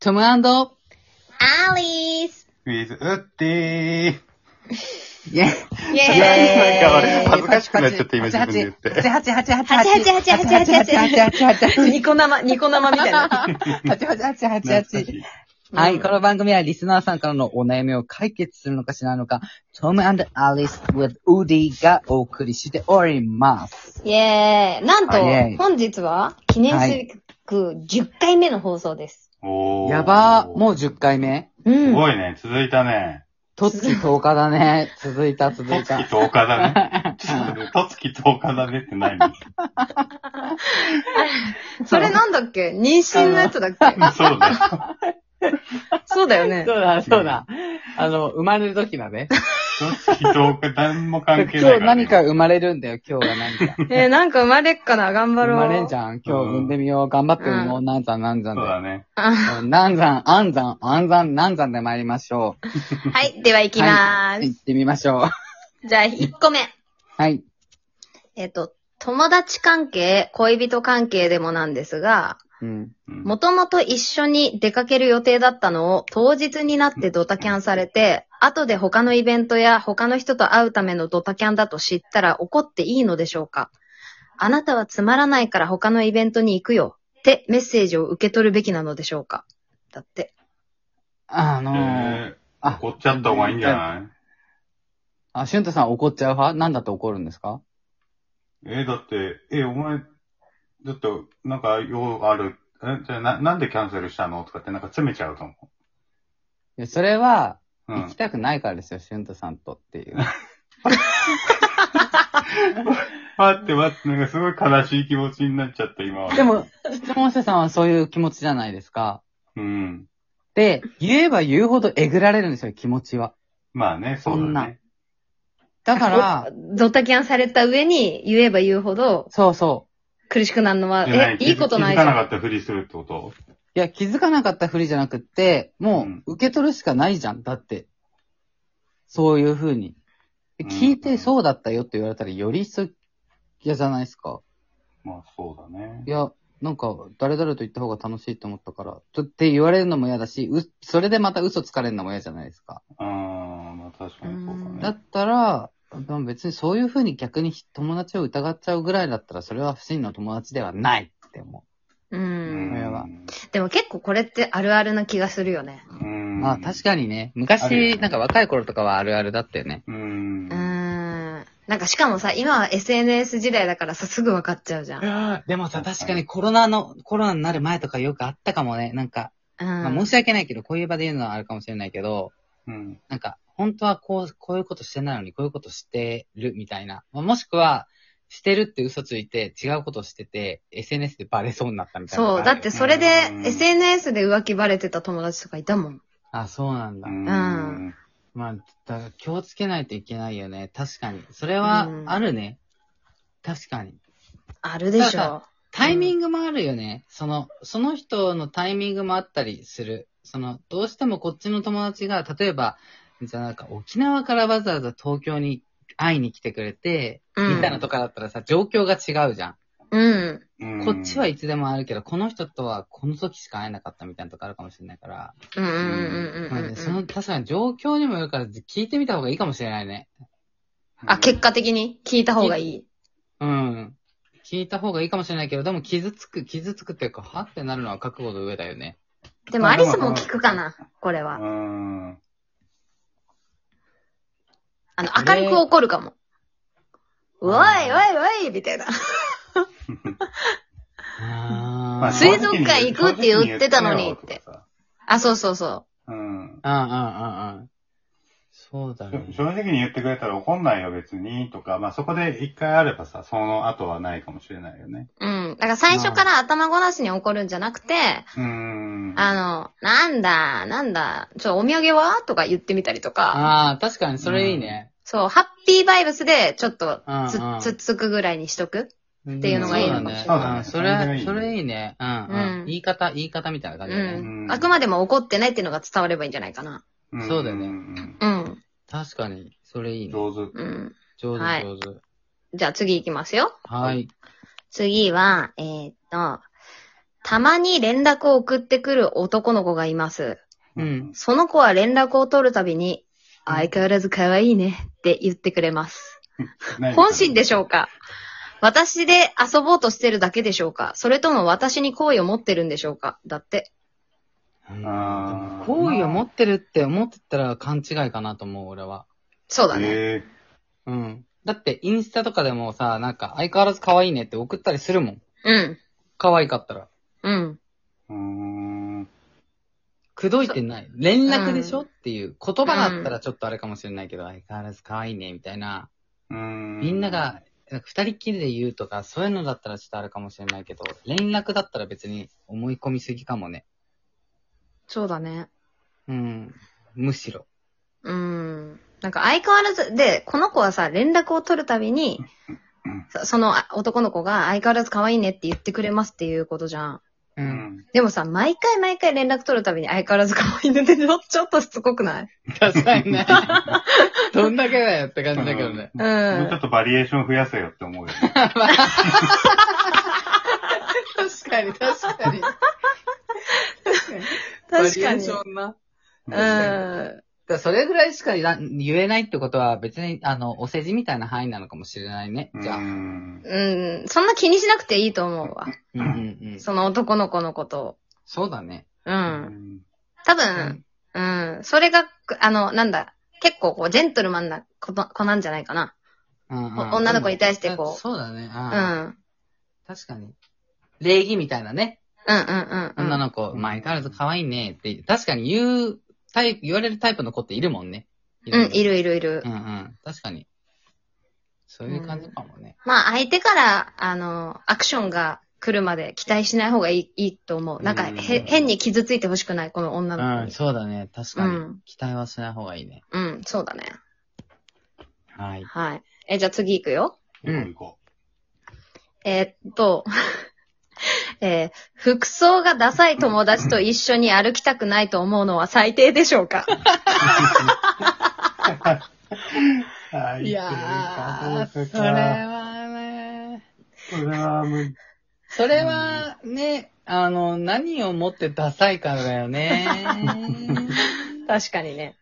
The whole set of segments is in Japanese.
トムイアリスウィズウッデェイィー。イいや、なんかェ俺、ー恥ずかしくなっちゃった、今自分で言って。 イニコ生、ニコ生みたいな。はい、この番組はリスナーさんからのお悩みを解決するのかしないのか、トムアリス with ウディがお送りしております。イェーイ。なんとあイェーイ、本日は、記念すべく10回目の放送です。おーやばー、もう10回目うすん。ごいね、続いたね。とつき10日だね。続いた、続といつきた。 10日だ ね。ちょっと待ってとつき10日だねってないの それなんだっけ妊娠のやつだっけそうだ。そうだよね。うだ、そうだ。あの、生まれる時だね。とつき10日、何も関係今日ないから、何ね。か生まれるんだよ、今日は何か。えーなんか生まれっかな頑張生ろう。まれんじゃん。今日産んでみよう。頑張って産もう。うなんざんなんざんそうで。だね。あなんざん、あんざん、あんざん、なんざんで参りましょう。はい、では行きまーす。行ってみましょう。 じゃあ、1個目。はい。えっ、と、友達関係、恋人関係でもなんですが、うん。うんもともと一緒に出かける予定だったのを当日になってドタキャンされて、後で他のイベントや他の人と会うためのドタキャンだと知ったら怒っていいのでしょうかあなたはつまらないから他のイベントに行くよってメッセージを受け取るべきなのでしょうかだって。あのー、えーあ、怒っちゃった方がいいんじゃないあ、しゅんとさん怒っちゃう派なんだって怒るんですかえーだって、えーお前、だって、なんか、ようある、え、じゃあな、なんでキャンセルしたのとかってなんか詰めちゃうと思いや、それは、う。う行んき。たくないからですよ、しゅんとさんとっていう。待って待って、なんかすごい悲しい気持ちになっちゃった、今 は。でも、質問者さんはそういう気持ちじゃないですか。うん。で、言えば言うほどえぐられるんですよ、気持ちは。まあね、そうだね。だ から、ドタキャンされた上に言えば言うほどそうそ苦しくなるのは、じゃなえ、いいことない気じゃん。づ気づかなかったふりするってことう。いや、気づかなかったふりじゃなくって、もうんう、受け取るしかないじゃん。だって、そういうふうに。うん聞いてそうだったよって言われたら、より一層嫌じゃないですか。まあそうだねい。や、なんか、誰々と言った方が楽しいと思ったから、とって言われるのも嫌だし、う、それでまた嘘つかれるのも嫌じゃないですか。あー、まあ確かにそうだね。だったら、でも別にそういう風に逆に友達を疑っちゃうぐらいだったら、それは不真の友達ではないって思ううんん。これはでも結構これってあるあるな気がするよね。うんう。。まあ確かかにね、ある昔、よねなんか若い頃とかはあるあるだったよね。に。う。うんーん。なんかしかもさ、今は SNS 時代だからさ、すぐ分かっちゃうじゃん。でもさ、確確かかににコロナの、コロナになる前とかよくあったかもね。なんか、うん。まあ申し訳ないけど、こういう場で言うのはあるかもしれないけど、うん。なんか、本当はこう、こういうことしてないのに、こういうことしてるみたいな。まあもしくは、してるって嘘ついて、違うことしてて、SNS でバレそうになったみたいな。そう。だってそれでうん SNS で浮気バレてた友達とかいたもん。あ、そうなんだ。うん。まあ、だから気をつけないといけないよね。確かに。それはう、んあるね。確かに。あるでしだょ。タイミングもあるよね。その、その人のタイミングもあったりする。その、どうしてもこっちの友達が、例えば、じゃあなんか沖縄からわざわざ東京に会いに来てくれて、うんみたいなとかだったらさ、状況が違うじゃん。うん。うんこっちはいつでもあるけど、この人とはこの時しか会えなかったみたいなとこあるかもしれないから。うんうんうんうんまあうんうね、そん。の、確かに状況にもよるから、聞いてみた方がいいかもしれないね。あ、結果的に聞いた方がいい。うん。聞いた方がいいかもしれないけど、でも傷つく、傷つくっていうか、はってなるのは覚悟の上だよね。でもまあアでリもスも聞くかな、これうは。ん。あの、これ明るく怒るかうも。んおいおいおいみたいな。あまあ水族館行くって言ってたのにって。あ、そうそうそうん。うんうんうんうん。そうだね。正直に言ってくれたら怒んないよ別にとか、まあそこで一回あればさ、その後はないかもしれないよね。う。うん。だから最初から頭ごなしに怒るんじゃなくて、うん。あの、なんだ、なんだ、ちょ、お土産はとか言ってみたりとか、ああ、確かに、それいいね。そう、ハッピーバイブスで、ちょっとうんうんつ、つっつくぐらいにしとく。っていうのがいいのかもしれないそうだねうんそそうだねれ、それいいね。うんう。うんん言い方、言い方みたいなう感じだね。ん。うんあくまでも怒ってないっていうのが伝わればいいんじゃないかな。うんそうだよねんうん。確かに、それいいね。上手。うん。上手、はい上手。じゃあ次行きますよ。はい。次は、えーっと、たまに連絡を送ってくる男の子がいます。うん。その子は連絡を取るたびに、相変わらず可愛いねって言ってくれます。本心でしょうか私で遊ぼうとしてるだけでしょうかそれとも私に好意を持ってるんでしょうかだって。あー好意を持ってるって思ってたら勘違いかなと思う、俺は。そうだね。えうん。だって、インスタとかでもさ、なんか、相変わらず可愛いねって送ったりするもん。うん。可愛かったら。うん。ー、うーん。くどいてない。連絡でしょ、っていう。言葉だったらちょっとあれかもしれないけど、相変わらず可愛いね、みたいな。うーんみんな、が、なんか二人っきりで言うとか、そういうのだったらちょっとあれかもしれないけど、連絡だったら別に思い込みすぎかもね。そうだね。うん。むしろ。うん。なんか相変わらず、で、この子はさ、連絡を取るたびに、そそのあ男の子が相変わらず可愛いねって言ってくれますっていうことじゃん。う。うんん。でもさ、毎回毎回連絡取るたびに相変わらず可愛いねって ちょちょっとしつこくない確か にね。どんだけだよって感じだけどね。うもうちょんっ。とバリエーション増やせよって思うよね。確かに、確かに。確かに。そんな。うだかん。らそれぐらいしかな言えないってことは、別に、あの、お世辞みたいな範囲なのかもしれないね。じゃあ。ううんん。うん。そんな気にしなくていいと思うわ。うんうん。その男の子のことを。そうだね。う。うんん。多う分、うん。それが、あの、なんだ、結構こう、ジェントルマンな子と子なんじゃないかな。お女の子に対してこうそうだね。う。うんうん確かに。礼儀みたいなね。うんうんうん。女の子、まあ、相変わらず可愛いねって、確かに言う、タイプ、言われるタイプの子っているもんね。うん、いる。るいるいる。うんうん。確かに。そういう感じかもね。まあ、相手から、あの、アクションが来るまで期待しない方がいいいいと思う。なんか、うんへ、変に傷ついてほしくない、この女うの子ん、に。そうだね。確うかに。ん。期待はしない方がいいね。うん、そうだね。はい。はい。え、じゃあ次行くよ。うん行こえーっと、 えー服装がダサい友達と一緒に歩きたくないと思うのは最低でしょうかう。はいやー、それはね、これはもう、それはね、あの、何をもってダサいかだよ ね。確かにね。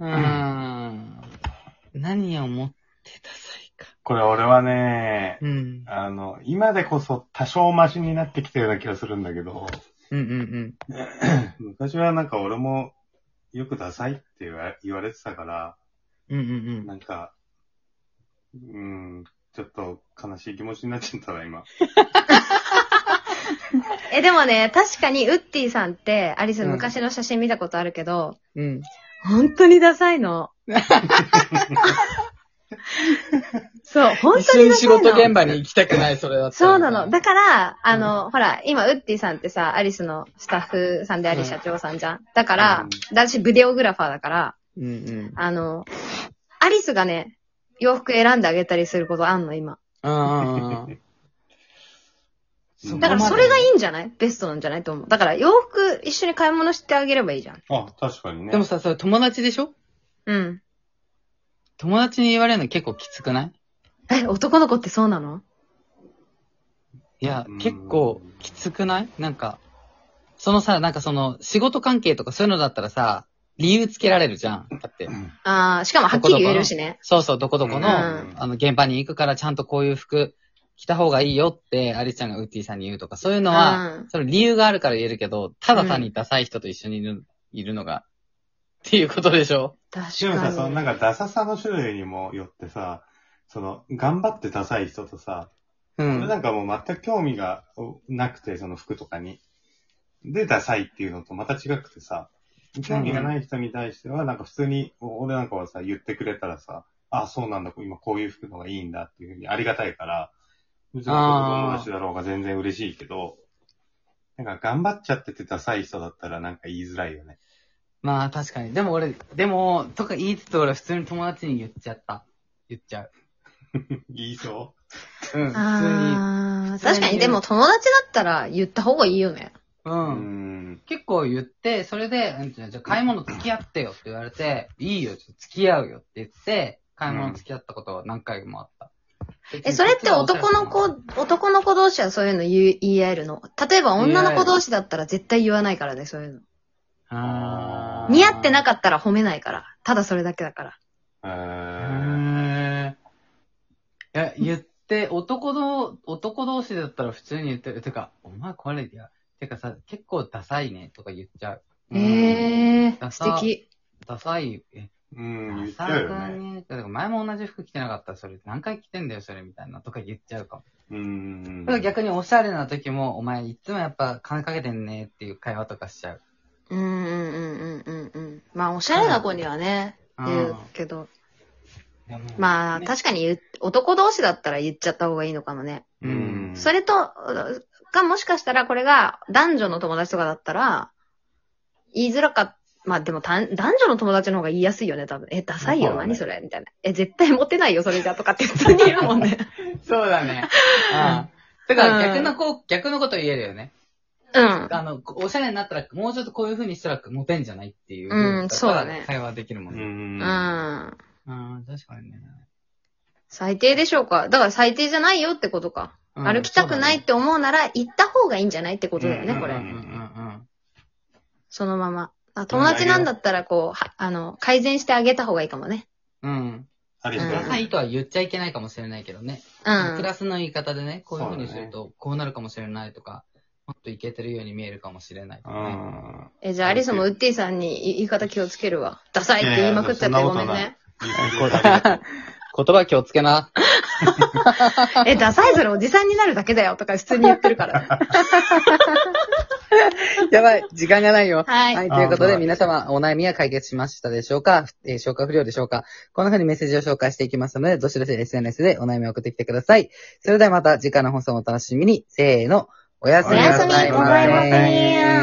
うん。何をもってダサいか。これ俺はね、うん。あの、今でこそ多少マシになってきたような気がするんだけど、うんうん昔はなんか俺もよくダサいって言わ言われてたから、うん。うんうんなんか、うーん、ちょっと悲しい気持ちになっちゃったわ、今。え、でもね、確かにウッディさんって、アリスうん昔の写真見たことあるけど、うん。うん。本当にダサ いの。そう、本一当緒ににダサ仕いの。事現場に行きたくない、それは。そうなの。だから、あの、ほら、今、ウッディさんってさ、アリスのスタッフさんであり、うん社長さんじゃん。だから、う私、ビデオグラファーだから、うんうん。あの、アリスがね、洋服選んであげたりすることあんの、今。うんうんうん。だから、それがいい。いんじゃないベストなんじゃないと思う。だから、洋服一緒に買い物してあげればいいじゃん。あ、確かにね。でもさ、それ友達でしょうん。友達に言われるの結構きつくないえ、男の子ってそうなのいやうん、結構きつくないなんか、そのさ、なんかその、仕事関係とかそういうのだったらさ、理由つけられるじゃん。だって。ああ、しかもはっきり言えるしね。そうそう、どこどこの、うんあの、現場に行くからちゃんとこういう服着た方がいいよって、アリスちゃんがウッディさんに言うとか、そういうのは、うんその理由があるから言えるけど、ただ単にダサい人と一緒にいる,、いるのが、っていうことでしょ確でもかさ、に。そのなんかダサさの種類にもよってさ、その、頑張ってダサい人とさ、う俺なんかもう全く興味がなくて、その服とかに。で、ダサいっていうのとまた違くてさ、興味がない人に対しては、なんか普通に、俺なんかはさ、言ってくれたらさ、あ、そうなんだ、今こういう服の方がいいんだっていうふうにありがたいから、別に友達だろうが全然嬉しいけど、なんか頑張っちゃっててダサい人だったらなんか言いづらいよね。まあ確かに。でも俺、でも、とか言いつつ俺普通に友達に言っちゃった。言っちゃう。言いそうん、普あ普あ、通に確かに、でも友達だったら言った方がいいよね。通うに。ううん。ん。結構言って、それで、なんていうのじゃあ買い物付き合ってよって言われて、いいよ、ちょっと付き合うよって言って、買い物付き合ったことは何回もあった。え、それって男の子、男の子同士はそういうの言い言い合えるの例えば女の子同士だったら絶対言わないからね、そういうの。あー似合ってなかったら褒めないから。ただそれだけだから。えへーーいや、言って、男の、男同士だったら普通に言ってる。てか、お前これ、いや、てかさ、結構ダサいねとか言っちゃう。うんへえダサー、素敵。ダサい、え、うん、言ダっちサゃうくよね。ね。だから前も同じ服着てなかった、それ。何回着てんだよ、それ、みたいな。とか言っちゃうかも。うんだから。逆におしゃれな時も、お前いつもやっぱ金かけてんねっていう会話とかしちゃう。うんうんうんうんうんうん。まあ、おしゃれな子にはね、うん言うけど。まあ、ね確かに言う男同士だったら言っちゃった方がいいのかもね。うん。それと、がもしかしたらこれが男女の友達とかだったら、言いづらかった。まあでもたん男女の友達の方が言いやすいよね、多分。え、ダサいよ、そうだね何それみたいな。え、絶対モテないよ、それじゃ、とかって普通に言うもんね。そうだね。うん。だから逆のこう、逆のこと言えるよね。うん。あの、おしゃれになったら、もうちょっとこういう風にしたらモテんじゃないっていう。うんそうだね会話できるもうんね。ん。うん。うん、確かにね。最低でしょうか。だから最低じゃないよってことか。うん歩きたくないっ。て思うなら、行った方がいいんじゃないってことだそようね、こだれね。うんうんうんそのまま。あ友達なんだったら、こう、はあの、改善してあげた方がいいかもね。うん。うん。ありうんダサがいとは言っちゃいけないかもしれないけどね。うクん。ラスの言い方でね、こういう風にすそうるだと、こうなるかもしれないとか、もっといけてるように見えるかもしれないとうかね。ん。え、じゃあ、アリスもウッディさんにい言い方気をつけるわ。ダサいって言いまくっちゃってごめんいやいやね。これ 言葉気をつけな。え、ダサいそれおじさんになるだけだよとか普通に言ってる から。やばい、時間がないよ。は。はいい、ということあでー皆様お悩みは解決しましたでしょうか、えー消化不良でしょうかこんな風にメッセージを紹介していきますので、どしどし SNS でお悩みを送ってきてください。それではまた次回の放送をお楽しみに。せーの、おやすみなさいおやすみございません